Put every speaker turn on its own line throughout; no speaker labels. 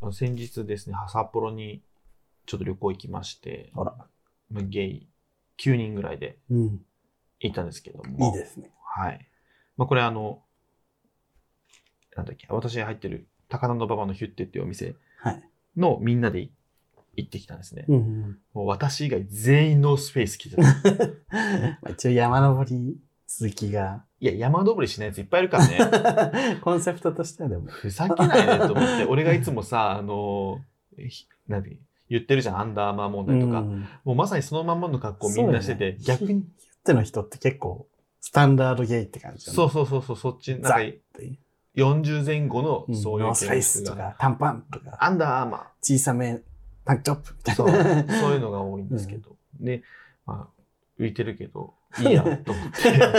あの先日ですね、札幌にちょっと旅行行きまして、
あら、
まあゲイ9人ぐらいで
うん、
行ったんですけども、
いいですね。
はい。まあ、これあの、なんだっけ、私が入ってる高田の馬場のヒュッテっていうお店
はい。
のみんなで行ってきたんですね。
うんうん、
もう私以外全員ノースペース来て た。い
まあ一応山登り続きが、
や、山登りしないやついっぱいいるからね。
コンセプトとしてはでも。
ふざけないねと思 って、俺がいつもさ、あの、ひなんて言ってるじゃん、アンダーマー問題とか。
うん
もうまさにそのまんまの格好みんなしてて、
そうだよね
逆に。
ヒュッテの人って結構、スタンダードゲイって感じだね
そうそうそうそう、そっち、なん
ザ
か
っていう
40前後の
ん
そういう
ノースフェイス
系
と
のが、
か、短パンとか、
アンダーアーマー。
小さめ、タンクトップみたいな。
そう、そういうのが多いんですけど。で、まあ、浮いてるけど、いいやと思って。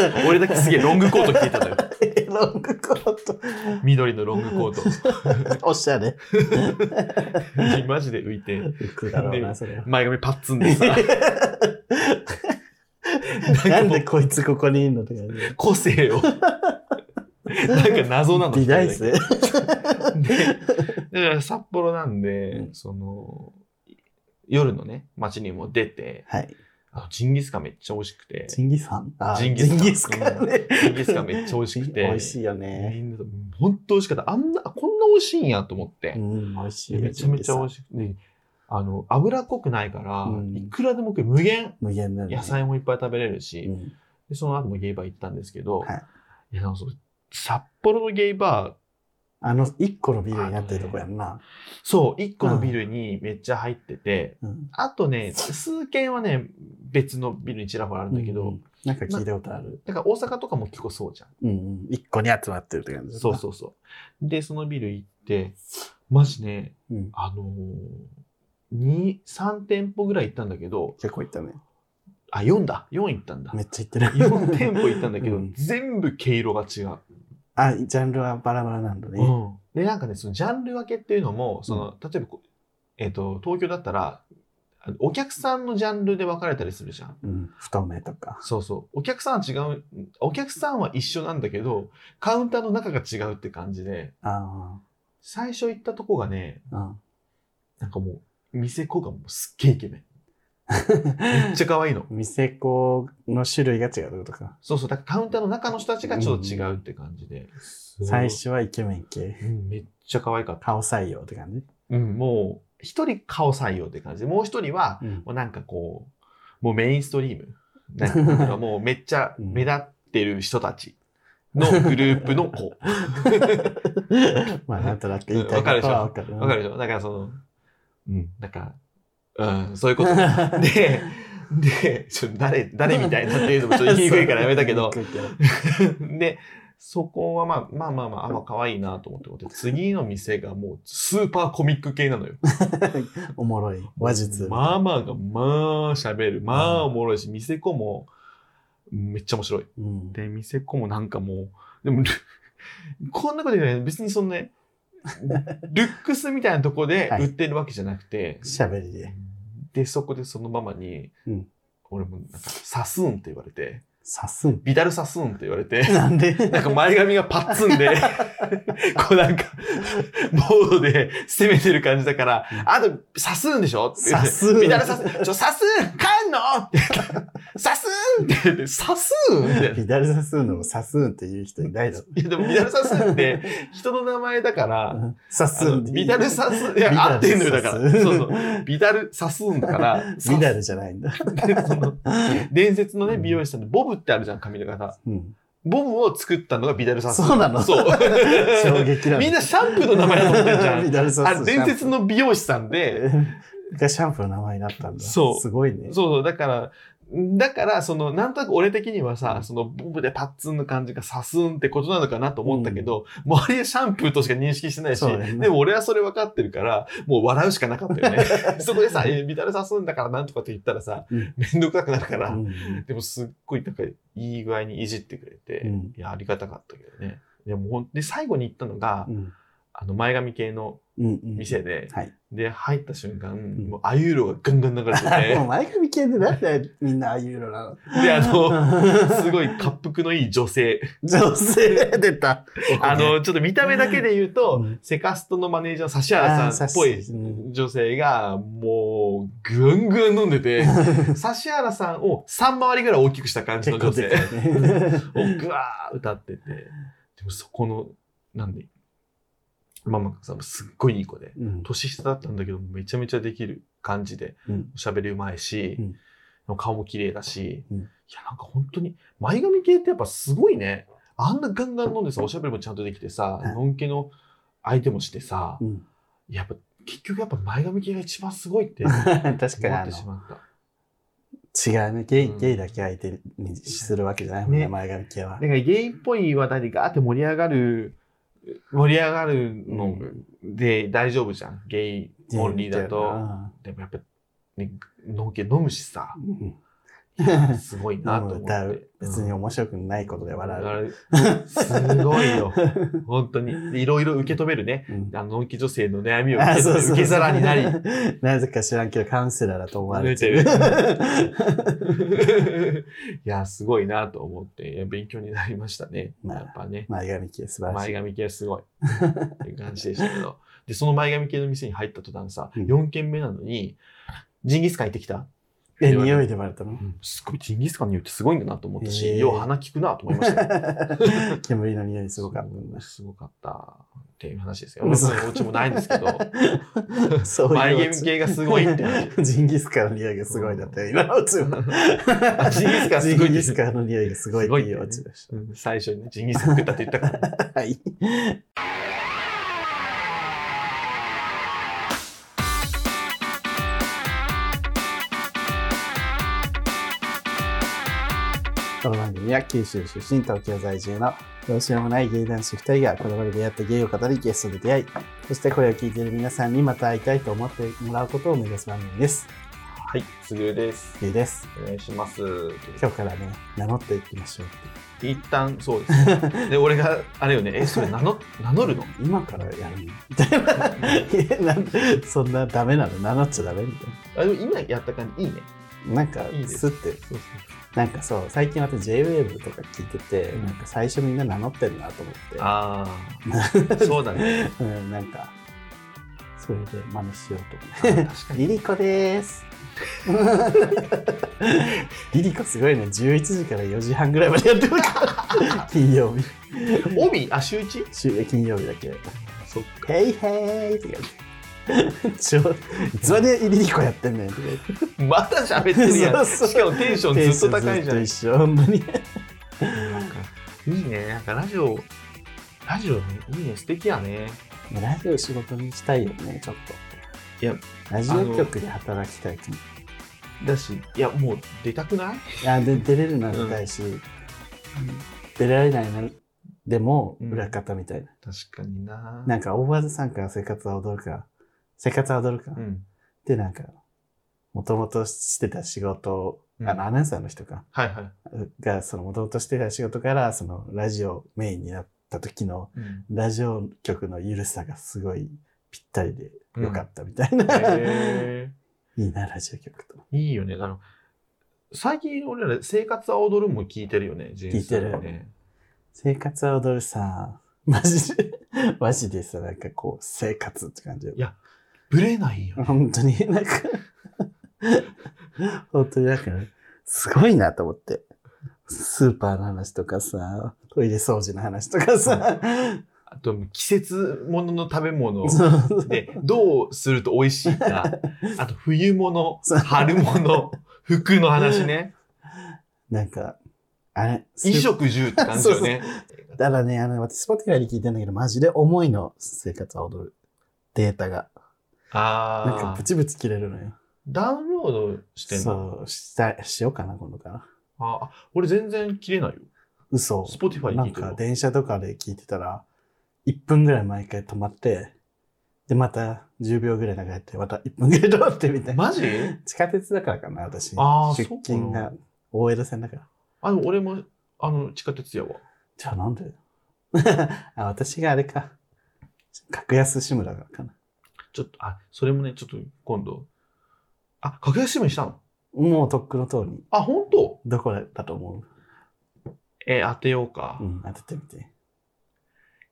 俺だけすげえロングコート着てたのよ。
え ロングコート。
緑のロングコー
おし ゃれ。
ト。 マジで浮いて、
浮くだろうな、それは。
前髪パッツンで さ、
なんでこいつここにいるのとかね。
個性を。なんか謎なの。
美大生。
で、だから札幌なんで、
うん
その、夜のね、街にも出て、
はい。
あのジンギスカンめっちゃ美味しくて、
ジンギスカンあ
ジンギスカン
ジンギスカンね。
ジンギスカンめっちゃ美味しくて
美味しいよね。
みんなと、本当美味しかった。あんな、こんな美味しいんやと思って
う、ん、美味しい。
めちゃめちゃ美
し
味
い。
しくて、あの、脂っこくないから、
うん
いくらでも食え無限、
無限なのね
野菜もいっぱい食べれるし、
うん
でその後もゲイバー行ったんですけど、
はい
いやでもそう札幌のゲイバ
あの、一個のビルになってるとこやんな。
ー、そう、1個のビルにめっちゃ入ってて、
うん。
あとね、数軒はね、別のビルにちらほらあるんだけど、
うん、なんか聞いたことある。
だから大阪とかも結構そうじゃん。
うんうん。一個に集まってるって感じだな
そうそうそう。で、そのビル行って、マジね、
うん。
あのー、2、3店舗ぐらい行ったんだけど、
結構行ったね。
あ、4だ。4行ったんだ。
めっちゃ行ってる。
4店舗行ったんだけど、
うん
全部毛色が違う。
あ、ジャンルはバラバラなんだね。
うんで、なんかね、そのジャンル分けっていうのも、その、例えばこう、えっ、と、東京だったら、あのお客さんのジャンルで分かれたりするじゃん。
うん、太めとか。
そうそう。お客さんは違う、お客さんは一緒なんだけど、カウンターの中が違うって感じで、
あ
最初行ったとこがね、
あ、
なんかもう、店子がもうすっげえイケメン。めっ
う
ちゃ可愛 いの。
ん。店子の種類が違うってことか。
そうそう。だからカウンターの中の人たちがちょっと違うって感じで。
最初はイケメン系。
うん、めっちゃ可愛かった。
顔採用って感じ。
うん、もう、一人顔採用って感じで、もう一人は、
うん。
もうなんかこう、もうメインストリーム。なんかもうめっちゃ目立ってる人たちのグループの子。
まあ、なんとなく言いたいことはわかる。
わかるでしょだからその、うん、なんか、うん、そういうこと。で、で、ちょ誰、誰みたいなっていうのもちょっと言いにくいからやめたけど、
言いにくいけど
で、そこはまあまあまあまあ、あまあ可愛いなと思って思って、次の店がもうスーパーコミック系なのよ。
おもろい。話術。
まあまあが、まあ喋る。まあおもろいし、店子も、めっちゃ面白い。
うん。
で、店子もなんかもう、でも、ル こんなこと言うのは別にそのね、ルックスみたいなとこで売ってるわけじゃなくて、
喋りで。
で、そこでそのママに、
うん
俺もなんか、サスーンって言われて、
さ すん。
ビダルサスーンって言われて、
なんで
なんか前髪がパッツンで、 こうなんか、ボードで攻めてる感じだから
う、ん
あと、サスーンでしょって言って
さすん。
ビダルサスーン、ちょ、サスーン帰んの って言ってサスーンって言って、サスーン って。
ビダルサスーンのサスーンっていう人いないだろ。
いやでもビダルサスーンって人の名前だから、
サ
あ
スー
の
ンでいい
ビダルサスーン、い
ビダル
や、合ってんのよだから。そうそう
サ。
ビダルサスーンだから、
スーンビダルじゃないんだ。
でそ の伝説のね、
うん
美容師さんで、ボブってあるじゃん、髪の型。
うん。
ボブを作ったのがビダルサスーン。
そうなの
そう。
衝撃なの。
みんなシャンプーの名前を持ってるじゃん。
ビダルサス
あれ伝説の美容師さんで、
がシャンプーの名前になったんだ。
そう
すごいね。
そうそう、だから、だから、その、なんとなく俺的にはさ、その、ボブでパッツンの感じがサスンってことなのかなと思ったけど、周りはシャンプーとしか認識してないし、
そうだよね
でも俺はそれ分かってるから、もう笑うしかなかったよ ね。そこでさ、えービダルサスンだからなんとかって言ったらさ、
うん
めんどくさくなるから、
うん
でもすっごいなんかいい具合にいじってくれて、
うん
いや、ありがたかったけどね。でもほんで、最後に行ったのが
う、ん
あの前髪系の
うんうん。
店で、
はい。
で、入った瞬間、
ん
もうあゆうろがガンガン流れてて
もう、前髪系でなんでみんなああいうのなの
で、あの、す
い。
ごい滑腹のいい女性。
女性が出た。
あの、ちょっと見た目だけで言うと、
うん
セカストのマネージャーの指原さんっぽ
あー
い
指う
女性が、もう、ぐんぐん飲んでて、指原さんを3回りぐらい大きくした感じの
結
女
構出
性
たよね。
をぐわー歌ってて、でもそこの、なんで、ママさんもすっごいいい子で、
うん
年下だったんだけど、めちゃめちゃできる感じで、
うん
おしゃべりうまいし、顔も綺麗だし、
うん
いや、なんか本当に、前髪系ってやっぱすごいね。あんなガンガン飲んでさ、おしゃべりもちゃんとできてさ、
はい
のんけの相手もしてさ
う、ん
やっぱ、結局やっぱ前髪系が一番すごいって思っ
確かにあ
てし
の
まった。
違うねゲ
う
イ
ん
ゲイだけ相手にするわけじゃないもんね
ね
前髪系は
だ。からゲイっぽい話題でガーって盛り上がる、盛り上がるので大丈夫じゃん。ゲイオンリーだと。でもやっぱ、ね、のんけ飲むし さ、
うん
すごいなと
も
思っ
う
て。
歌う別に
うん
面白くないことで笑
すごいよ。本当に。いろいろ受け止めるね。
う。うん
あの、のんき女性の悩みを受け
あ
止
そう
め
そう
受け皿にな り。
なぜか知らんけどカウンセラーだと思われて
見
る。
いや、すごいなと思って、いや勉強になりましたね。
まあ
やっぱね。
前髪系素晴らし
前
い。
髪系すごい。 っていう感じでしたけど。で、その前髪系の店に入った途端さ、
うん
4軒目なのに、ジンギスカン行ってきた、
え、匂いでバレたの
うんすごい、ジンギスカンの匂いってすごいんだなと思ったし、
へえ
よう鼻効くなと思いましたよ。
煙の 匂いすごかったんだ。
すごかったっていう話 ですよ。別にお家もないんですけど、
そう
前
いう
髪系がすごいって話。
ジンギスカンの匂いがすごいだったよ、今のうちも。
あジンギスカンすごい
ジンギスカンの匂いがすごいっていうお家でし
うん最初にね、ジンギスカン食ったって言ったから。
た。はい。この番組は九州出身、東京在住のどうしようもない芸男子2人がこの場で出会った芸を語りゲストで出会い、そしてこれを聞いている皆さんにまた会いたいと思ってもらうことを目指す番組です。
はい、すぐるです。
ゆうです。
お願いします。
今日からね、名乗っていきましょう。
一旦そうです。で、俺が、あれよね、え、それ名乗名乗るの
今からやるのみたいな いやなんで。そんなダメなの名乗っちゃダメみたい
あでも今やった感じ、いいね。
な。なんか
いいです
すって
そう
なんかそう最近私 JWAVE とか聞いてて、
うん
なんか最初みんな名乗ってるなと思って
あ あ、そうだね。
うん、 なんかそれで真似し ようと思って
確かに。
リリコです。 リリコすごいね11時から4時半ぐらいまでやって るから金曜日
帯、あ、週一
週金曜日だけ
そっ
「
か。
ヘイヘイ!」って言って「 ちょいつまでリリコやってんねん」とか言って。
また喋ってるやん。
そうそう
しかもテンションずっと高いじゃん
テン。ションずっと一緒本
なんかいいね、なんかラジオ、ラジオね、いいね、素敵やね。
当に。ラジオ仕事にしたいよね、ちょっと。
いや、
ラジオ局で働きたいかも。
だし、いや、もう出たくない
いや、で、出れるなりたいし、出られないな、でも、
うん
裏方みたいな。
確かにな。
なんか、大技さんから生活は踊るか、生活は踊るか。
うん。
で、なんか、もともとしてた仕事を、
うん
あの、アナウンサーの人か、
はいはい。
が、その、もともとしてた仕事から、その、ラジオメインになった時の、
うん
ラジオ局のゆるさがすごいぴったりでよかったみたい
へ
な、
え
いいなラジオ局と
いいよね。あの、最近俺ら生活は踊るも聞いてるよね、ジェイソンはね。
生活は踊るさマジでマジでさなんかこう生活って感じよ
いやブレないよね。
本当になんか本当になんかすごいなと思ってスーパーの話とかさトイレ掃除の話とかさ、
あと、季節物の食べ物
そう
で、どうすると美味しいか。 あと、冬物、
そう
春物、服の話ね。
なんかあれ
衣食住って感じよね。
ただね、あの、私、スポティファイで聞いてんだけど、マジで重いの、生活は踊る。データが。
ああ。
なんか、ブチブチ切れるのよ。
ダウンロードしてんの
そう、した、しようかな、今度から。
ああ、俺全然切れないよ。
嘘。
Spotify に
な
聞い
ん
てる
か、電車とかで聞いてたら、1分ぐらい毎回止まって、で、また10秒ぐらい流れて、また1分ぐらい止まってみたいな。
マジ
地下鉄だからかな、私。
あー
出勤
そうか
が、大江戸線だから。
あの、俺も、あの、地下鉄やわ。
じゃあなんであ、私があれか。格安志村がかな。
ちょっと、あ、それもね、ちょっと今度。あ、格安新聞したの
もうとっくの通り。
あ、本当
どこだと思
えー当てようか。
ううん、当ててみて。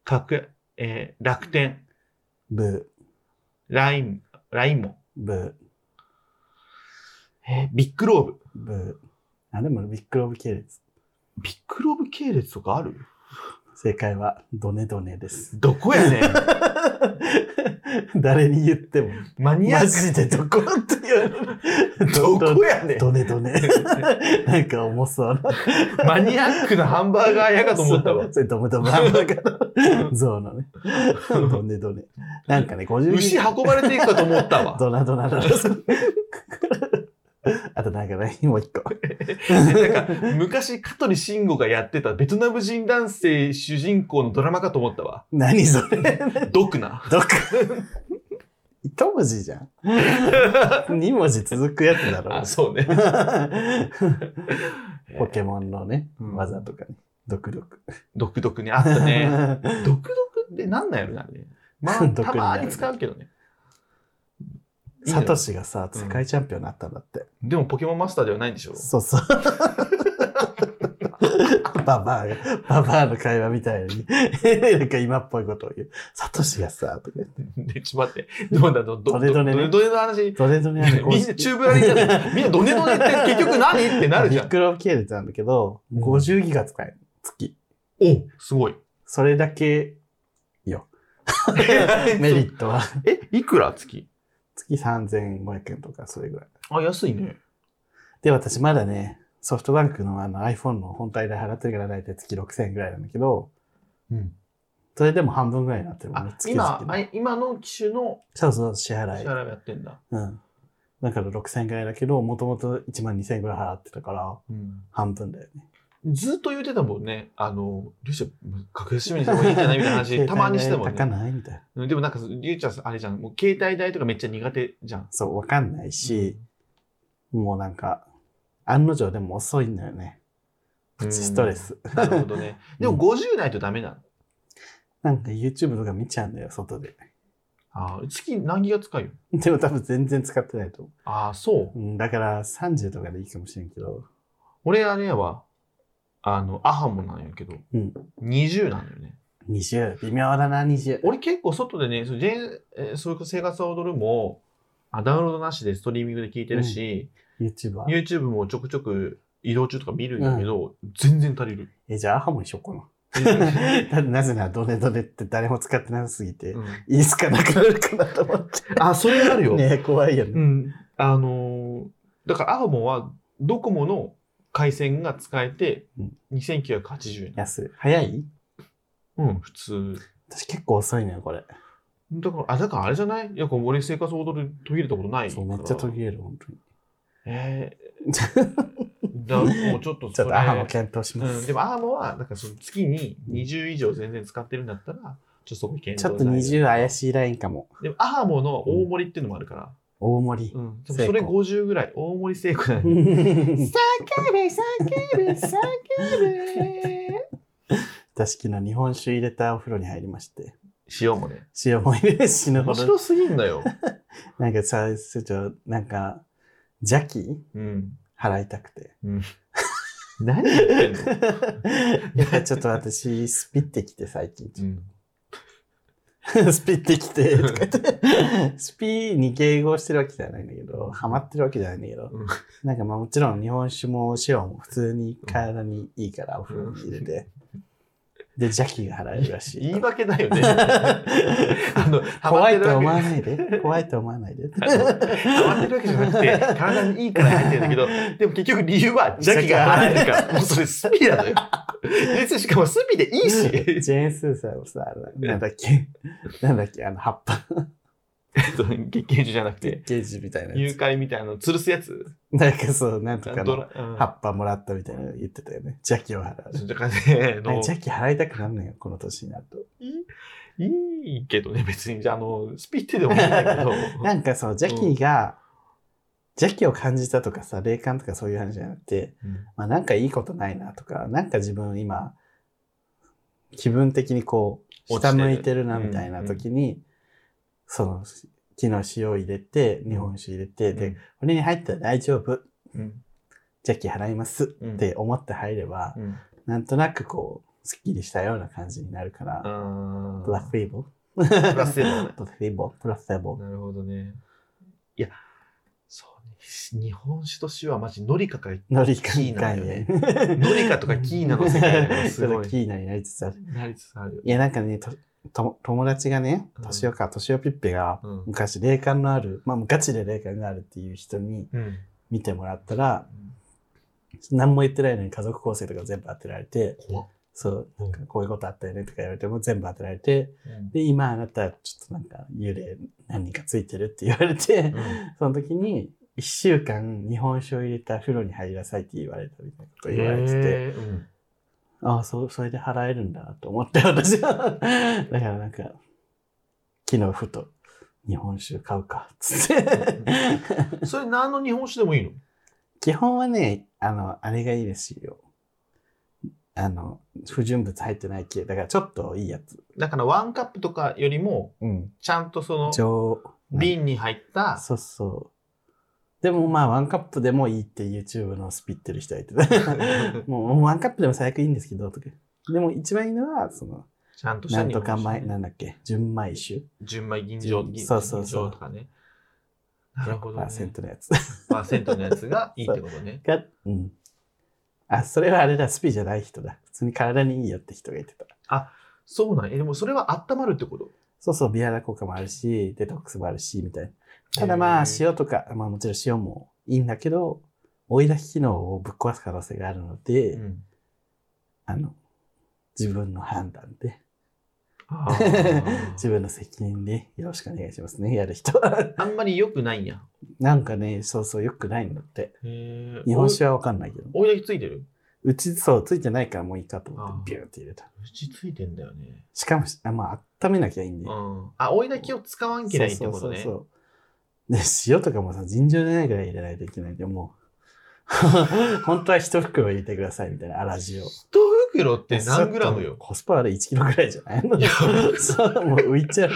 格、えー楽天、
ブ
LINE、LINE も。
ー、ブ
えービッグローブ。
ー、ブー。あ、でもビッグローブ系列。
ビッグローブ系列とかある
正解は、ドネドネです。
どこやねん。
誰に言っても、
マニア
マ
ッ
ジ
ク。
でどこって言われる。
どこやねん。
ドネド ネ。なんか重そうな。
マニアックなハンバーガー屋かと思ったわ
そう。それドムドムハンバーガーの像のね。どねどね。なんかね、50
牛運ばれていくかと思ったわ。
ドナドナドナ。あとなんかね、もう 一個。
なんか昔、香取慎吾がやってたベトナム人男性主人公のドラマかと思った わ。
何それ
ドクな。
どっか。一文字じゃん。二文字続くやつだろ
あ、。そうね。
ポケモンのね、
うん
技とかね。独独。
独特にあった ね。独特ってなんなんやろな、あれ。まあ、
独特
た
にな
ま
る
に使うけどね。いい
サ
の
ト
よ
シがさ、世界チャンピオンになったんだって。
でもポケモンマスターではないんでしょ
そうそう。 ババアが、ババアの会話みたいに、なんか今っぽいことを言う。サトシがさ、とか言って。
で、ちょっと待って。どうだ、ど、ど、
どれどれね
どれどれの話。
どれどれあの
み
公
んな
式
チューブラリーじゃないみんなどねどねって 結局何ってなるじゃ
ビッ
ん。
グローブ系列なんだけど、
ん
50ギガ使える。月。
おすごい。
それだけ、 メリットは。
え、いくら月
月3500円とか、それぐらい。
あ、安いね。
で、私まだね、ソフトバンクのあの iPhone の本体代払ってるから大体月6000円ぐらいなんだけど、
うん。
それでも半分ぐらいになってるもんね
あ、
月々
今、
の
あ今の機種の
そうそう、支
支
払い。
払いをやってんだ。
うん。だから6000円ぐらいだけど、もともと1万2000円ぐらい払ってたから、
うん
半分だよね。
ずっと言ってたもんね。あの、リュウちゃん、格安締めにした方がいいんじゃないみたいな 話、たまにしてたもん
高
ね。
ないみたいな。
うんでもなんか、リュウちゃんさ、あれじゃん、もう携帯代とかめっちゃ苦手じゃん。
そう、わかんないし、もうなんか、案の定でも遅いんだよね。プチストレス。
なるほどね。でも50代とダメなの。
なんか YouTube とか見ちゃうんだよ、外で。
あー月何ギガ使うよ。
でも多分全然使ってないと思
ああ、そう。
う。うん、だから30とかでいいかもしれんけど、
俺あれやわ、あの、アハモなんやけど、
うん
20なんだよね。
20、微妙だな、20。
俺結構外でね、そうジェーンえーそういう生活は踊るも、あダウンロードなしでストリーミングで聞いてるし、
YouTube は。
YouTube もちょくちょく移動中とか見るんだけど、全然足りる。
え、じゃあ、アハモにしようかな。 だってなぜなら、どれどれって誰も使ってなさすぎて、
うん
いつかなくなるかなと思 って。
あ、それあるよ。
ね怖いよ
う
ね。
ん。あのーだからアハモはドコモの回線が使えて
うん、
2980円。
安い。早い
うん、普通。
私結構遅いのよ、これ。
だから、あ、だからあれじゃないいや、これ俺生活踊る途切れたことないか
そう
ら。
めっちゃ途切れる、本当に。
えー、だもうちょっと
ち
そ
ょっ
れ
とアハモ検討しま
うん、
す。
でもアーモは、なんかその月に20以上全然使ってるんだったら、ちょっとそこ検討
ちょっと
材
20怪しいラインかも。
でもアーモの大盛りっていうのもあるから、
大盛り。
うん、でもそれ
成
50ぐらい、大盛り成功だよね。
私
叫べ、叫べ、叫べ。
昨日日本酒入れたお風呂に入りまして、
塩もね。
塩も入れるし死ぬほ
面
ど。
白すぎんだよ。
なんかさ、社長、なんか、邪気
うん。
払いたくて。
何言ってんの、
やっぱちょっと私、スピってきて最近。
うん、
スピってきて、とか言って。スピに迎合してるわけじゃないんだけど、ハマってるわけじゃないんだけど、
うん
なんかまあもちろん日本酒も塩も普通に体にいいからお風呂に入れて、で、邪気が払えるらし
言
い
い。訳だよ ね。あの、
怖いと思
ハマってるわけ
わないで、怖いと思わないで。
あのハマってるわけじゃなくて、体にいいから入ってるんだ けど、でも結局理由は邪気が払えるから、もうそれスピなのよ。別にしかもスピでいいし。
ジェーン・スーさんもさ、なんだっけ、なんだっけ、あの、葉っぱ、
月経樹じゃなく
ゲ
て、
ージみたいな
誘
やつ。
拐みたいなの吊るすやつ。
なんかそう、なんとか
ド
の
ラうん
葉っぱもらったみたいなの言ってたよね。邪気を払う。
そうだからね、あ
なんか
の
邪気払いたくなるのよ、この年になると。
いいけどね、別に、じゃあ、あの、スピってでもいいんだ けど。
なんかその邪気が、邪気を感じたとかさ、霊感とかそういう話じゃなくて、まあなんかいいことないなとか、なんか自分今、気分的にこう、
落ちて
下
る
向いてるなみたいな時に、その、木の塩入れて、日本酒入れて、で、これに入ったら大丈夫。
うん
邪気払います
うん
って思って入れば、
うん
なんとなくこう、すっきりしたような感じになるから、
あ
プラ
ー
フィーボ。
プラ セボね
プラフィーボ、プラセボ。
なるほどね。いや、そうね。日本酒と酒はマジノリカから、
ノリカ
キー
ン
な
カ
ん
ン
よね
ね。
ノリカとかキーナの世界がすごい
キーナになりつつある。
なりつつあるよ
い。や、なんかね、とと友達がね
う、ん
年岡、年岡ピッペが、
うん。
昔霊感のある、まあ、ガチで霊感があるっていう人に
うん。
見てもらったら、何も言ってないのに家族構成とか全部当てられて、
怖っ。
そう、なんかこういうことあったよねとか言われても全部当てられて、
うん
で、今あなた、ちょっとなんか幽霊何人かついてるって言われて、その時に、一週間日本酒を入れた風呂に入りなさいって言われたみたいなことを言われてて、
へーうん
ああ、そう、それで払えるんだなと思って、私は。だ からなんか、昨日ふと、日本酒買うか、つって。
それ何の日本酒でもいいの
基本はね、あの、あれがいいですよ。あの、不純物入ってない系。だからちょっといいやつ。
だからワンカップとかよりも、
うん。
ちゃんとその
上、
瓶に入った、
そうそう。でもまあ、ワンカップでもいいって YouTube のスピってる 人がいてたもう、ワンカップでも最悪いいんですけど、とか。でも一番いいのは、その、
ちゃんとし
な
た
ん
日
と
本
か
酒
前、
ね、
なんだっけ、純米酒。
純米吟醸、
純
吟
そうそうそう
吟醸とかね。なるほど、ね。
100%のやつ。
パーセントのやつがいいってことね。
が、うん。あ、それはあれだ、スピじゃない人だ。普通に体にいいよって人が言ってた。
そうなんや。えでもそれは温まるってこと
そうそう、ビアラ効果もあるし、デトックスもあるし、みたいな。た
へ
だ
ー
まあ、塩とか、まあもちろん塩もいいんだけど、追い出し機能をぶっ壊す可能性があるので、
うん。
あの、自分の判断で、
あー
自分の責任でよろしくお願いしますね、やる人は。
あんまり良くないんや。
なんかね、そうそう、良くないんだって。
へー
日本酒はわかんないけど。
お追いだきついてる
うち、そう、ついてないからもういいかと思って、ビューって入れた。
うちついてんだよね。
しかもし、あまあ、温めなきゃいいんで。
うん。あ、追いだきを使わんきゃいいってことね。
そうそうそうそうで塩とかもさ尋常じゃないぐらい入れないといけないんでもう 本当は一袋入れてくださいみたいな粗塩
一袋って何グラム
ちょっ
よ
とコスパあれ1キロぐらいじゃないの
いや
そうもう浮いちゃうじ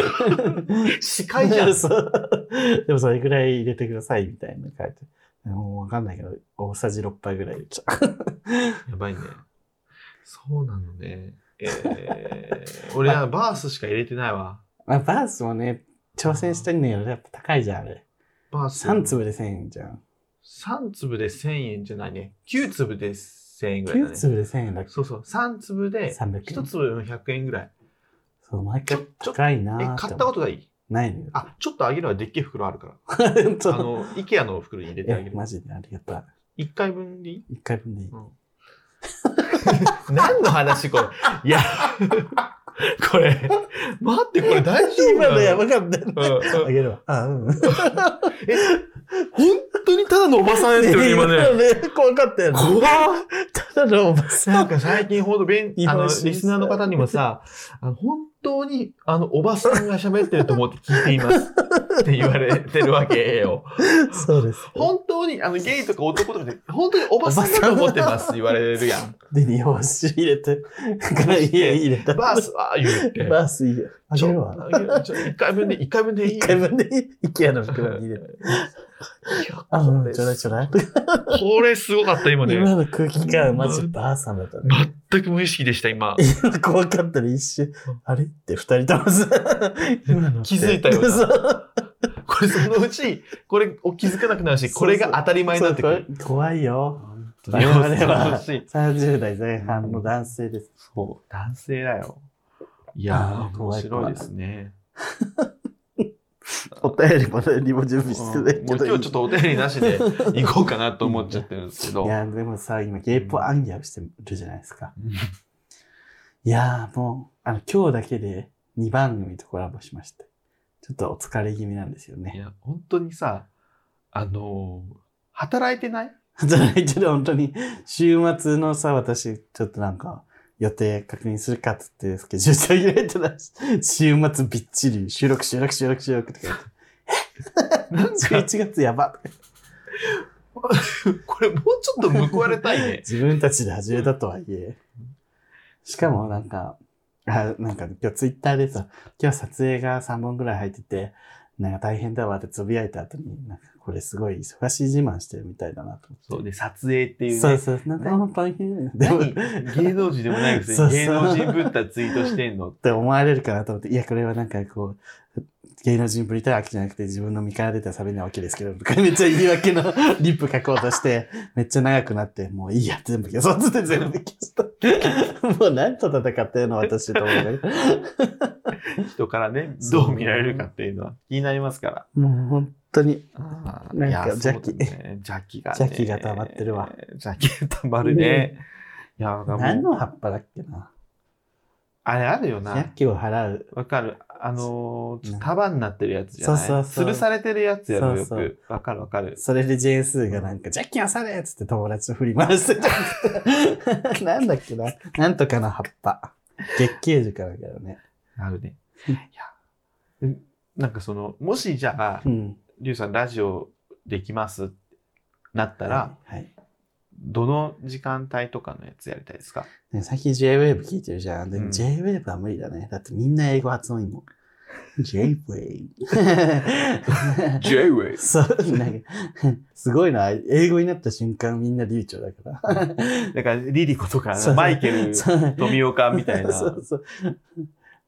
ゃない
視界じゃん。
そうでもそれぐらい入れてくださいみたいな書いてもう分かんないけど大さじ6杯ぐらい入れちゃう
やばいね。そうなのね。えー、 俺はバースしか入れてないわ。
まあバースもね挑戦したにねやっぱ高いじゃんあれ
バース。
3。粒で1000円じゃん
3粒で1000円じゃないね。9粒で1000円ぐらいだ
9
ね。
粒で1000円だっけ
そうそう。3粒で
300円
1粒の100円ぐらい。
そう、毎回
ちょちょ
高いな
え、
ー
買っ
思
た
う
ことない
ないのよ。
あ、ちょっとあげるはでっけえ袋あるから。
本
あ
当。
の、IKEA の袋に入れ
い
てあ
や
げ、る。
マジでありがた
1回分でいい
い。一回分でいい。
何の話これ。いや、これ、待って、これ大丈夫
今
な
の
の
やばかったね。
うんうん
あげるわ。あ、うん。
本当にただのおばさんやったよね、今ね。
ね。怖かったよね。
怖っ。
ただのおばさ
なん
ん。
か最近ほど便
日
あの、
本
リ
史
スナーの方にもさ、あの本当に、あの、おばさんが喋ってると思って聞いています。って言われてるわけよ。
そうです。
本当に、あの、ゲイとか男とかで、本当におばさんだと思ってます、言われるやん。
で、日本酒入れて、家入れた。
バースは言って。
バースいいよ。あ
ち
げ
ょ
るわ。
あげるちょ一回分で、一回分でいい。
一回分でいい。IKEA の袋に入れて。
いや
あ、
こ
うん、
れ
ちょうだいちょうだい。
これすごかった、今ね。
今の空気感、マジばあさんだったね。
全く無意識でした、今。
怖かったね、一瞬。あれって二人 ともさ、今のって
気づいたよな
そう
これそのうち、これを気づかなくなるし、これが当たり前になってくる。
そうこれ怖いよ。
日本酒楽しい。
30代前半の男性です。
そう、男性だよ。い
あ
や
ー
ー、面
怖い怖い
白いですね。
お便りも何も準備して
うん
ない
もう今
け
日
ど。
ちょっとお便りなしで 行こうかなと思っちゃってるんですけど
い。や、でもさ、今、ゲイポアンギャルしてるじゃないですか。いやー、もう、あの、今日だけで2番組とコラボしまして。ちょっとお疲れ気味なんですよ
い
ね。
や、本当にさ、あのー働いてない
働いてる本当に、週末のさ、私、ちょっとなんか、予定確認するかっつって、スケジュール入れてたら、週末びっちり、収録、収録、収録、収録とか言 って。
なんか、
11月やば
これもうちょっと報われたいね。
自分たちで始めたとはいえ、しかもなんか、あなんか今日ツイッターでさ、今日撮影が3本ぐらい入ってて、なんか大変だわってつぶやいた後に、なんかこれすごい忙しい自慢してるみたいだなと思って。
そうで、撮影っていう、ね。
そうそう、なんかあ大変。でも、っ
何芸能人でもないくせ
そう
に
そう
芸能人ぶったツイートしてんの
て思われるかなと思って、いや、これはなんかこう、芸能人ぶりたいわけじゃなくて自分の身から出た喋りなわけですけど、とかめっちゃ言い訳の リップ書こうとして、めっちゃ長くなって、もういいや、全部消そうっつって全部消した。 もう何と戦ってるの私と思って。
人からね、
そう
どう見られるかっていうのは気になりますから。
もう本当に。
あー
なんか
いや
邪気
そうだね邪気がね。
邪気が溜まってるわ。
邪気が溜まるね。いや、だからもう
何の葉っぱだっけな。
あれあるよな
100。キロ払う。
わかる。あのー
うん
束になってるやつじゃない。
そうそうそう
吊るされてるやつやろ、よ
そうそ
く。わかるわかる。
それでジェーンスーがなんか、ジャッキン押されっつって友達を振り回してた。 なんだっけな。なんとかの葉っぱ。月桂樹からだよね。
あるね。
う
い
ん
や。んなんかその、もしじゃあ
う、ん。
リュウさんラジオできますってなったら、
はい、はい。
どの時間帯とかのやつやりたいです か
ね最近 JWAVE 聞いてるじゃん。で
う
も
ん
JWAVE は無理だね。だってみんな英語発音い いもん。JWAVE。
?J-Way。
そう、なんか、すごいな。英語になった瞬間みんな流暢だから。
だから、リリコとか
そう、
マイケル、
そう
富岡みた いな。
そうそう。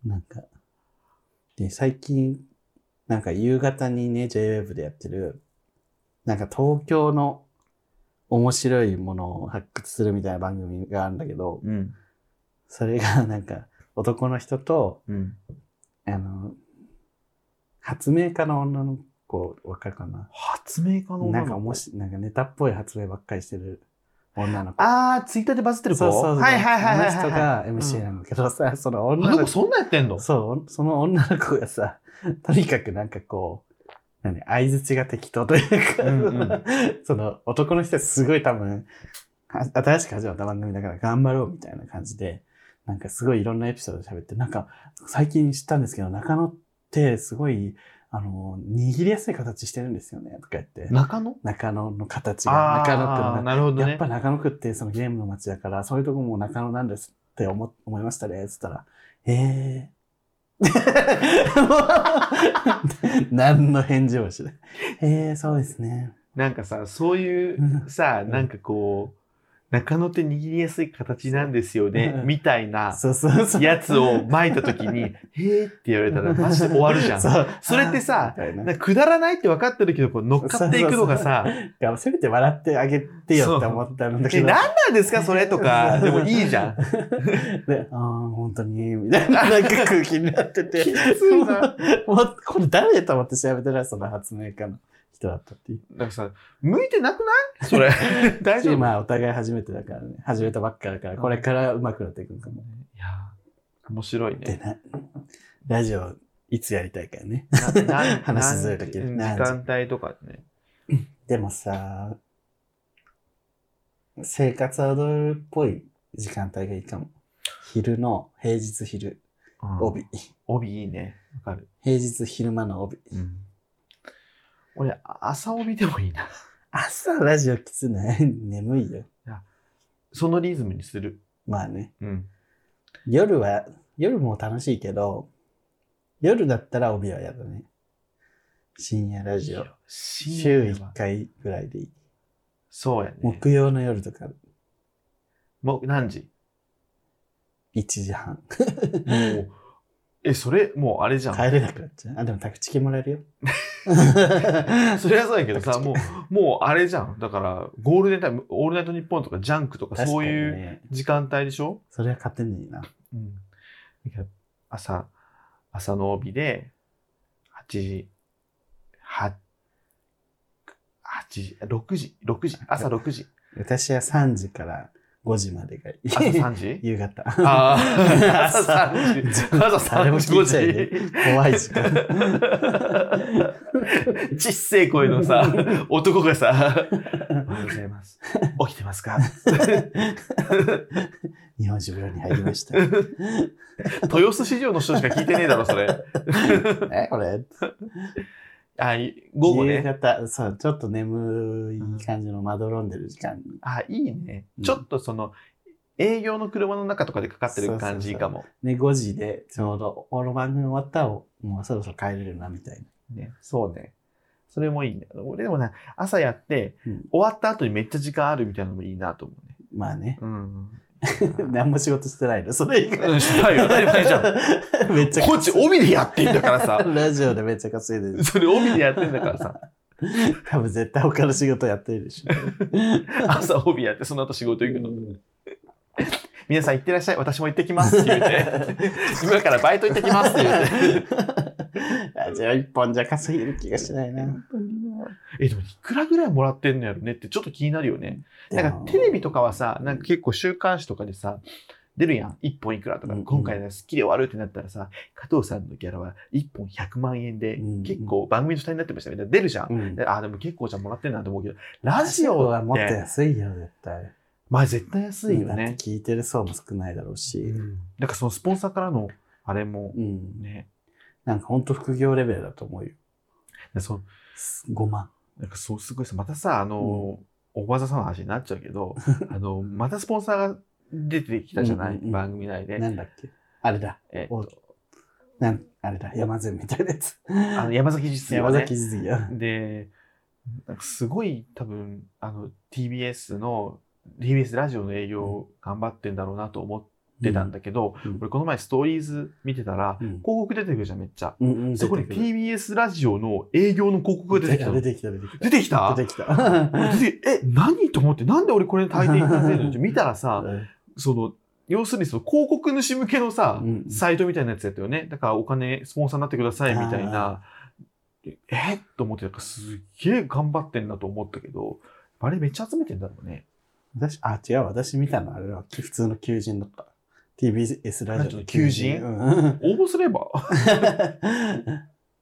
なんか、で、最近、なんか夕方にね、JWEB でやってる、なんか東京の面白いものを発掘するみたいな番組があるんだけど、
うん。
それがなんか男の人と、
うん。
あの、発明家の女の子、わかるかな
発明家の
なんか
子
面白い、なんかネタっぽい発明ばっかりしてる女の子。
あー、ツイッターでバズってる子
そうそうそう。
はいはいはいはいはい。
あの人が MC なんだけどさ、その
あ
女
の
の
子
子
そんなやってんの
そう、その女の子がさ、 とにかくなんかこう、何、相づちが適当というか、
うんうん
その男の人はすごい多分、は新しく始まった番組だから頑張ろうみたいな感じで、なんかすごいいろんなエピソードで喋って、なんか最近知ったんですけど、中野ってすごい、あの、握りやすい形してるんですよね、とか言って。
中野
中野の形が、
あ
中野っての
あー、
が
なるほど
やっ
ね
ぱ。中野区ってそのゲームの街だから、そういうとこも中野なんですって思思いましたね、つったら、えー。 何の返事もしない。えー、そうですね。
なんかさ、そういううさ、
ん
なんかこう、中野って握りやすい形なんですよね
う、ん
みたいな
そうそうそう。
やつを撒いたとき に、へーって言われたら、マジで終わるじゃん。
そう
それってさ、
あーみたいな
なんかくだらないって分かってるけど、こう乗っかっていくのがさ、
だからせめて笑ってあげてよって思ったんだけ
え、
ど。
何なんですかそれとか、でもいいじゃん。
で、ああ、本当に、みたい な、なんか空気になってて。
きついな
もう、これ誰と思って調べたら、その発明家の人だったっていう。
なんかさ、向いてなくないそれ。 大丈夫い
まあ、お互い初めてだからね。始めたばっかだから、これから上手くなっていくのかも。
やー、面白い
で
ね。
な、ラジオ、いつやりたいかね。
な な
話しづらい時
うん
何
時
時
間帯とかね。
でもさ、生活は踊るっぽい時間帯がいいかも。昼の、平日昼、
うん
帯。
帯いいね。わかる。
平日昼間の帯。
俺、朝帯でもいいな。
朝ラジオきつない。 眠いよ。
そのリズムにする。
まあね。
うん。
夜は、夜も楽しいけど、夜だったら帯はやだね。深夜ラジオ。週
週
1回ぐらいでいい。
そうやね。
木曜の夜とか
もう何時
1時半。
もう、え、それ、もうあれじゃん。
帰れなくなっちゃう。あ、でも宅地券もらえるよ。
そ りゃそうやけどさ、もう、もうあれじゃん。だから、ゴールデンタイム、オールナイトニッポンとか、ジャンクとか、そういう
う。
時間帯でしょ
それは勝てねえな。
うん。朝、朝の帯で、8時、は、8時、6時、6時、朝6時、
私は3時から5時までがいい。
朝3時
夕方。
あ あ、朝3時、朝
誰も
3時、
聞いちゃいね
5時。
怖い時間。
ちっせえ声の さ、男がさ、おはようございます。起きてますか
日本酒風呂に入り ました。
豊洲市場の人しか聞いてねえだろ、それ。
え、これ
あ、午後
夕
ね。
方、そう、ちょっと眠い感じのまどろんでる時間に。
あ、いいね
う。ん
ちょっとその、営業の車の中とかでかかってる感じかも。
ね、5時でちょうど、この番組終わったら、もうそろそろ帰れるな、みたいな。
ね、そうね。それもいいね。俺でもな、朝やって、
うん
終わった後にめっちゃ時間あるみたいなのもいいなと思うね。
まあね。
うん。
何も仕事してないの、それ以外。
うんしてないよ当たり前じゃ
ん。 めっちゃ
こっち帯でやってんだからさ。
ラジオでめっちゃ稼いでる。
それ帯でやってんだからさ。
多分絶対他の仕事やってるでしょ。
朝帯やって、その後仕事行くの。
うん
皆さん行ってらっしゃい。私も行ってきますって言 って。今からバイト行ってきますって言って。
ラジオ一本じゃ稼げる気がしないな。
え、でもいくらぐらいもらってんのやろねってちょっと気になるよね。なんかテレビとかはさ、なんか結構週刊誌とかでさ、出るやん。1本いくらとか、
うん
今回のスッキリ終わるってなったらさ、加藤さんのギャラは1本100万円で
うん、
結構番組の下になってましたみたいな。出るじゃん。
うん
であ、でも結構じゃあもらってんなと思うけど、ラ
ラ
ジ
ジ
オ
オ
は
は
も
も
っ
っ
と
と
安い。
安いよ、絶対。
まあ絶対安いよ
だっ
ね。
て聞いてる層も少ないだろうし。
なんかそのスポンサーからのあれも
うん。
ね、
なんか本当副業レベルだと思うよ。
でそう
5万。
なんかそうすごいさまたさあの、おばあさんの話になっちゃうけ どあのまたスポンサーが出てきたじゃない、
うんうんうん
番組内で、
なんだっけあれだ。
えっ
お
と
なんあれだ。山善みたいなやつ。
あの山崎実業、
山
ね、
崎実業。
でなんかすごい多分あの TBS の TBS ラジオの営業を頑張ってんだろうなと思ってたんだけど、
うん
俺この前ストーリーズ見てたら
うん
広告出てくるじゃんめっちゃ、
うんうん。
そこに
出てくる
TBS ラジオの営業の広告が出てきたの
出てきた、出てきた。
出てきた
出てきた。
俺でえ、何と思って、なんで俺これ大抵にさせるのって見たらさ、
うん
その、要するにその広告主向けのさ、
うん
サイトみたいなやつやったよね。だからお金、スポンサーになってくださいみたいな。えっと思って、なんかすっげえ頑張ってんなと思ったけど、あれめっちゃ集めてんだろうね。
私、あ、違う、私見たのあれは普通の求人だった。TBS ラジオの求人。うん
応募すれば。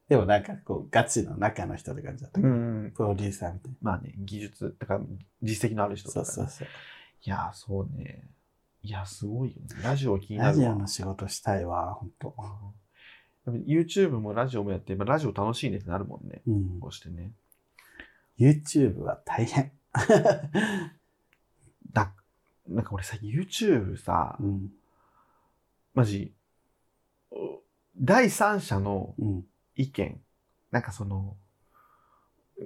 でもなんかこう、ガチの中の人って感じだった。
うん。
プロデューサーみたいな。
まあね、技術、だから実績のある人とか
そ
ね、
うそうそう。
いやー、そうね。いや、すごいよね。ラジオ気にな
ラ
る
ジ
わ
オ。の仕事したいわ、本当。
うん YouTube もラジオもやって、まあラジオ楽しいねってなるもんね。
うん
こ。うしてね。
YouTube は大変。
だなんか俺さ、YouTube さ
う、ん。
マジ、お第三者の
うん。
意見、なんかその、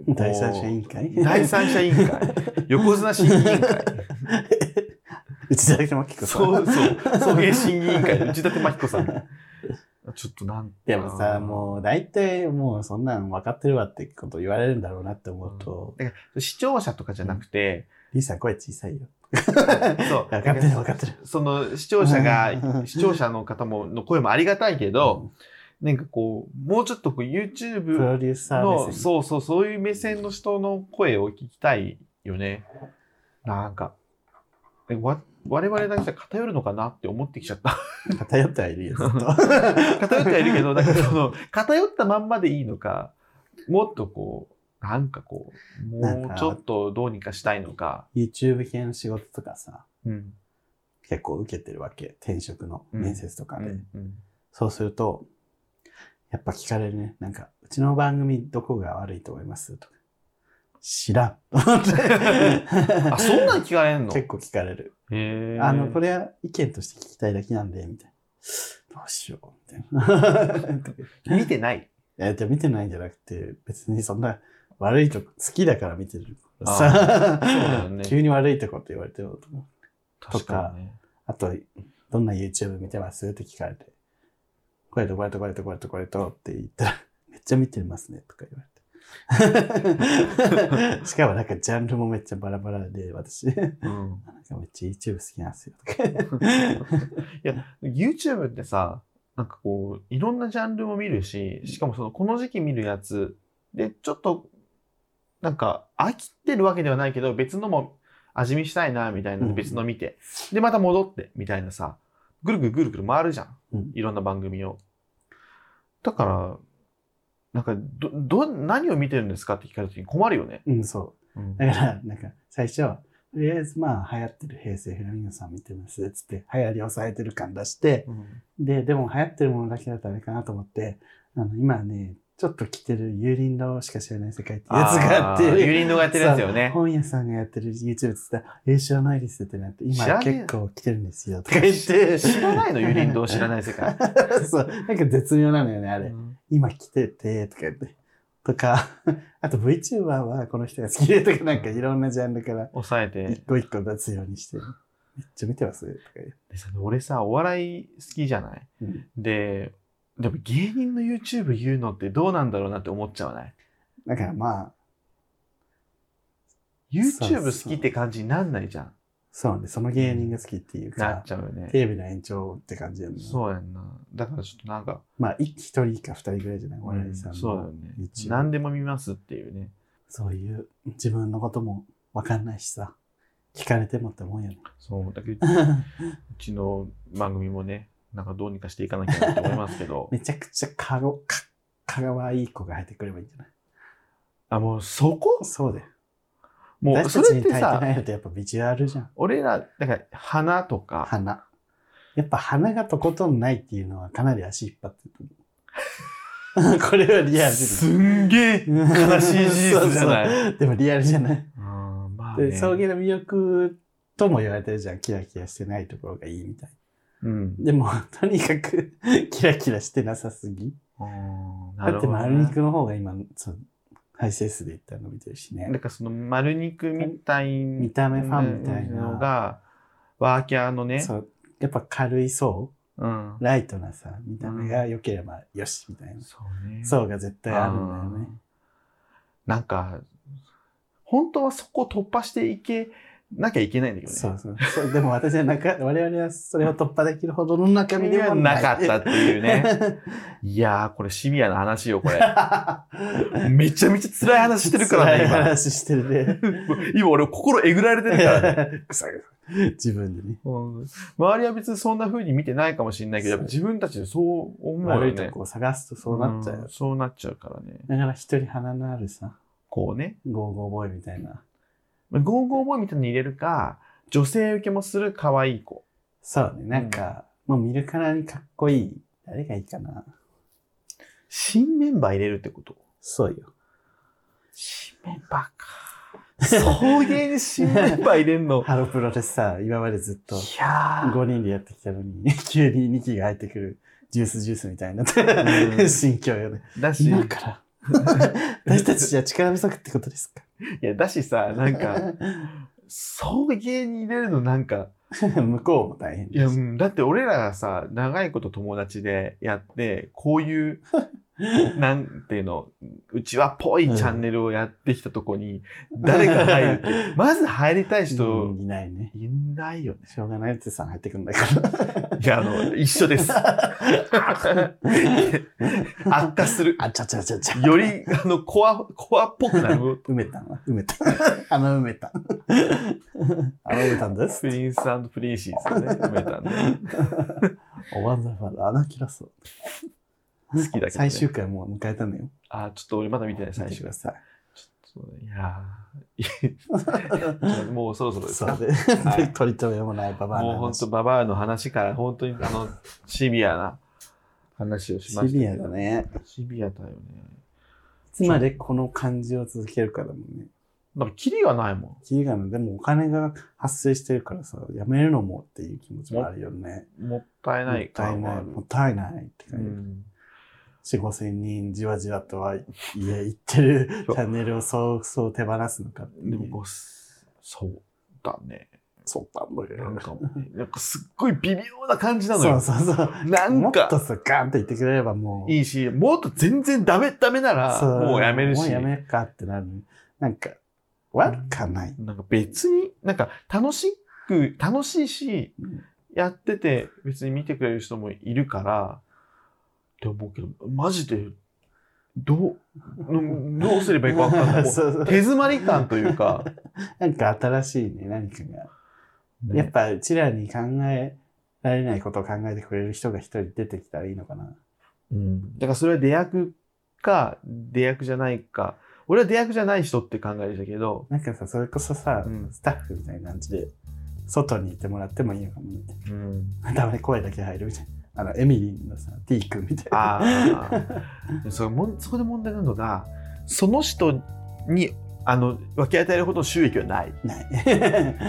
う
第三者委員会
第三者委員 会、横綱審議委員会、
内田真紀子さん。
そうそう、送迎審議委員会、内立真紀子さん。ちょっとなんか
でもさ、もう大体もうそんなん分かってるわってこと言われるんだろうなって思うと、
だから視聴者とかじゃなく て、
リーさん声小さいよ。
そう
分かってる分かってる。
その視聴者
う
が、
ん
視聴者の方も、の声もありがたいけど、なんかこう、もうちょっとこう
プ
YouTube
ロデューサー
の、
目線
そうそう、そういう目線の人の声を聞きたいよね。なんか、えわ我々だけじゃ偏るのかなって思ってきちゃった。
偏ってはいるよ、ずっと。
偏ってはいるけど、なんかその、偏ったまんまでいいのか、もっとこう、なんかこう、
なん
も
か
うちょっとどうにかしたいのか。
YouTube 系の仕事とかさ、
うん。
結構受けてるわけ。転職の面接とかで。
うん
そうすると、やっぱ聞かれるね。なんか、うちの番組どこが悪いと思いますとか。知らん。あ
あ、そんなん聞かれんの
結構聞かれる。
へー
あの、これは意見として聞きたいだけなんで、みたいな。どうしよう、みたいな。
見てない。
え、じゃあ見てないんじゃなくて、別にそんな悪いとこ、好きだから見てるから
そう
さ、
だよね
急に悪いとこって言われても。
確かにね。
あと、どんな YouTube 見てますって聞かれて、これとこれとこれとこれとこれとって言ったら、めっちゃ見てますねとか言われて。しかもなんかジャンルもめっちゃバラバラで、私、なん
うん
かめっちゃ YouTube 好きなんですよとか。
いや、YouTube ってさ、なんかこう、いろんなジャンルも見るし、しかもその、この時期見るやつで、ちょっと、なんか、飽きてるわけではないけど、別のも味見したいな、みたいな、
うん
別の見て。で、また戻って、みたいなさ、ぐるぐるぐるぐる回るじゃん。
うん
いろんな番組を。だから、なんか、ど、ど、何を見てるんですかって聞かれた時に困るよね。
うん、そう。
うん
だから、なんか、最初、とりあえず、まあ、流行ってる平成フラミンゴさん見てます、つって、流行り抑えてる感出して、
うん
で、でも流行ってるものだけだったらあれかなと思って、あの、今ね、ちょっと着てる有林のしか知らない世界ってやつがあって、
ユリンドがやってるやつよね。
本屋さんがやってる YouTube っつったら、え、知らないですってなって、今
知らねえ
結構来てるんですよとか言っ
え
て。
知らないのユリンドを知らない世界。
そう。なんか絶妙なのよね、あれ。今来てて、とか言って。とか、 あと VTuber はこの人が好きでとか、なんかいろんなジャンルから
抑えて
一。個一個出すようにして、めっちゃ見てますとか言う
でさ俺さ、お笑い好きじゃない
うん
で、でも芸人の YouTube 言うのってどうなんだろうなって思っちゃわない
だからまあ、そうそう
?YouTube 好きって感じになんないじゃん。
そうね、その芸人が好きっていう
なっ
か、
ちゃうよね
テ。レビの延長って感じやんな。
そうやんな。だからちょっとなんか、
まあ、一人か二人ぐらいじゃない、お笑いさんの
そうだよね。
YouTube
何でも見ますっていうね。
そういう自分のことも分かんないしさ、聞かれてもって思う よね。
そう。だけど、うちの番組もね、なんかどうにかしていかなきゃなと思いますけど。
めちゃくちゃかごかかわいい子が入ってくればいいんじゃない
あ、もうそこ
そうだよ。
もう
私
そ
たち
れっ
に
て
耐えてな
さ、
いのとやっぱビジュアルじゃん。
俺ら、だから花とか、
花。やっぱ花がとことんないっていうのはかなり足引っ張ってる と思う。これはリアル
すんげえ悲しい事実じゃない。
そうそうでもリアルじゃない。
うんまあ
で、
ね
草原の魅力とも言われてるじゃん。キラキラしてないところがいいみたい。
うん。
でも、とにかくキラキラしてなさすぎ。
うんな
だ
る
って
ほどね
丸肉の方が今、そう、ハイセンスで言ったら伸びてるしね
なん。かその丸肉みたい
見
見
た目ファンみたいな
のが、ワーキャーのね、
そう。やっぱ軽い層
うん。
ライトなさ、見た目が良ければよし、みたいな。
そうね。
層が絶対あるんだよね。
なんか、本当はそこを突破していけなきゃいけないんだけどね。
そうそうそう。でも私 は中、我々はそれを突破できるほどの中身では
ないかったっていう ね。。いやー、これシビアな話よ、これ。めちゃめちゃ辛い話してるから
辛い
ね、
話してる
今。 今俺心えぐられてるからね。
ね。くさ自分でね。
うん周りは別にそんな風に見てないかもしれないけど、やっぱ自分たちでそう思うよね。
悪いとこを探すとそうなっちゃうよ
ん。そうなっちゃうからね。
だから一人鼻のあるさ、
こうね。
ゴーゴーボーイみたいな。
ゴーゴーボーイみたいに入れるか、女性受けもする可愛い子。
そうね、なんか、もう見るからにかっこいい。誰がいいかな。
新メンバー入れるってこと
そうよ。
新メンバーか。送迎に新メンバー入れんの。
ハロプロでさ、今までずっ
い
と
やー。
5人でやってきたのに、 急に2期が入ってくるジュースジュースみたいになっ
う
て、
ん
心境よね。
だし、い
今から。私たちじゃ力不足ってことですか
や、だしさ、なんか、送迎に入れるのなんか、
向こうも大変
いや、うんだって俺らがさ、長いこと友達でやって、こう いう、なんていうの、うちわっぽいチャンネルをやってきたとこに、誰が入る って、まず入りたい
人
人、
いないね。
いないよね。
しょうがないってさん入ってくんだから。
いや、あの、一緒です。悪化する。
あちゃちゃちゃちゃ。
より、あの、コア、コアっぽくなる。
埋めたな。埋め た。穴埋め た。穴埋めたんです
プ。リンスプリンシーズをね、埋めたんで。
おわざわざ穴切らそう。
好きだけど、ね。
最終回もう迎えたのよ。
あ、ちょっと俺まだ見てない、最
見て
終回
くだ。さい。
そういやーもうそろそろです
そ
か
うで、
はい
取り留めもないババア
もう本当ババアの話から本当にあ のシビアな話をしました
シビアだね。
シビアだよね
いつまでこの感じを続けるかだもんね。
なんかキリがないも
キリがないでもお金が発生してるからさ、やめるのもっていう気持ちもあるよね。
んもったい
もっ
ない
たい
感は
な
あ
い、
る
もったいないって
う
感じ。
ん
四五千人じわじわとはいえ言ってるチ
そう
ャンネルをそうそう手放すのかっていう。
でもこうすそうだね
そうなんだけ
なんかもうねなんかすっごい微妙な感じなの
そ
よ
うそうそう。
なん
もっと
か
さ、ガンって言ってくれればもう。
いいしもっと全然ダメダメなら
そ
もうやめるし
もうやめるかってなる。なんか、悪かない。
なんか別に、なんか楽しく、楽しいし
うん、
やってて別に見てくれる人もいるから、って思うけど、マジで、どう、んどうすればいいかわかんない。もう
そうそう
手詰まり感という か、
なんか新しいね、何かが。やっ
ね、
ぱ、うちらに考えられないことを考えてくれる人が一人出てきたらいいのかな。
うんだからそれは出役か、出役じゃないか、俺は出役じゃない人って考えるんだけど、
なんかさ、それこそさ、
うん
スタッフみたいな感じで、外にいてもらってもいいのかもね。
うん
ダメ、声だけ入るみたいあのエミリーのさ T 君みたいな
ああそれもんそこで問題なのがその人にあの分け与えるほどの収益はないっ
ない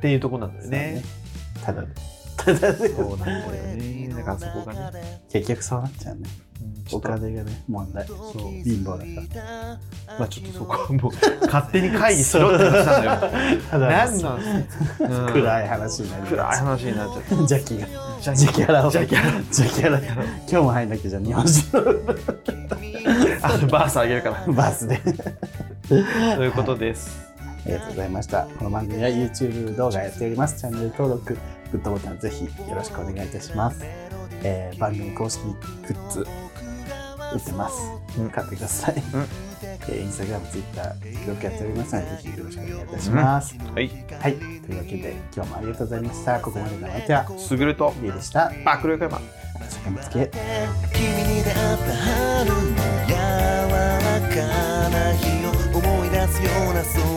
ていうところなんだよ
そう
ね
ね。ただでただで
そうなんだよね。だからそこがね、
結局そうなっちゃうね
うんちょ
お
っと
金がね問題
そう
貧乏だから
まあちょっとそこはもう 勝手に会議しろって話なんだよ。
ただ
な
で
んなんすか、 うん
暗い話になります
暗い話になっちゃった。
邪気が
じゃ
邪気払おう
じゃあ
邪気払おう今日も入んなきゃじゃあ日本人
あのバースあげるから。
のバースで
ということです。
ありがとうございました。この番組は YouTube 動画やっております。チャンネル登録、グッドボタンぜひよろしくお願いいたします。えー番組公式グッズ売ってます。
うん
買ってください。
ん
えー、Instagram、Twitter、TikTok やっておりますので、ぜひよろしくお願いいたします。
はい。
はい。というわけで、今日もありがとうございました。ここまでのお相手は、
すぐると
リュウでした。
爆力山。
坂本家。
君に出会った春の柔らかな日を思い出すようなそ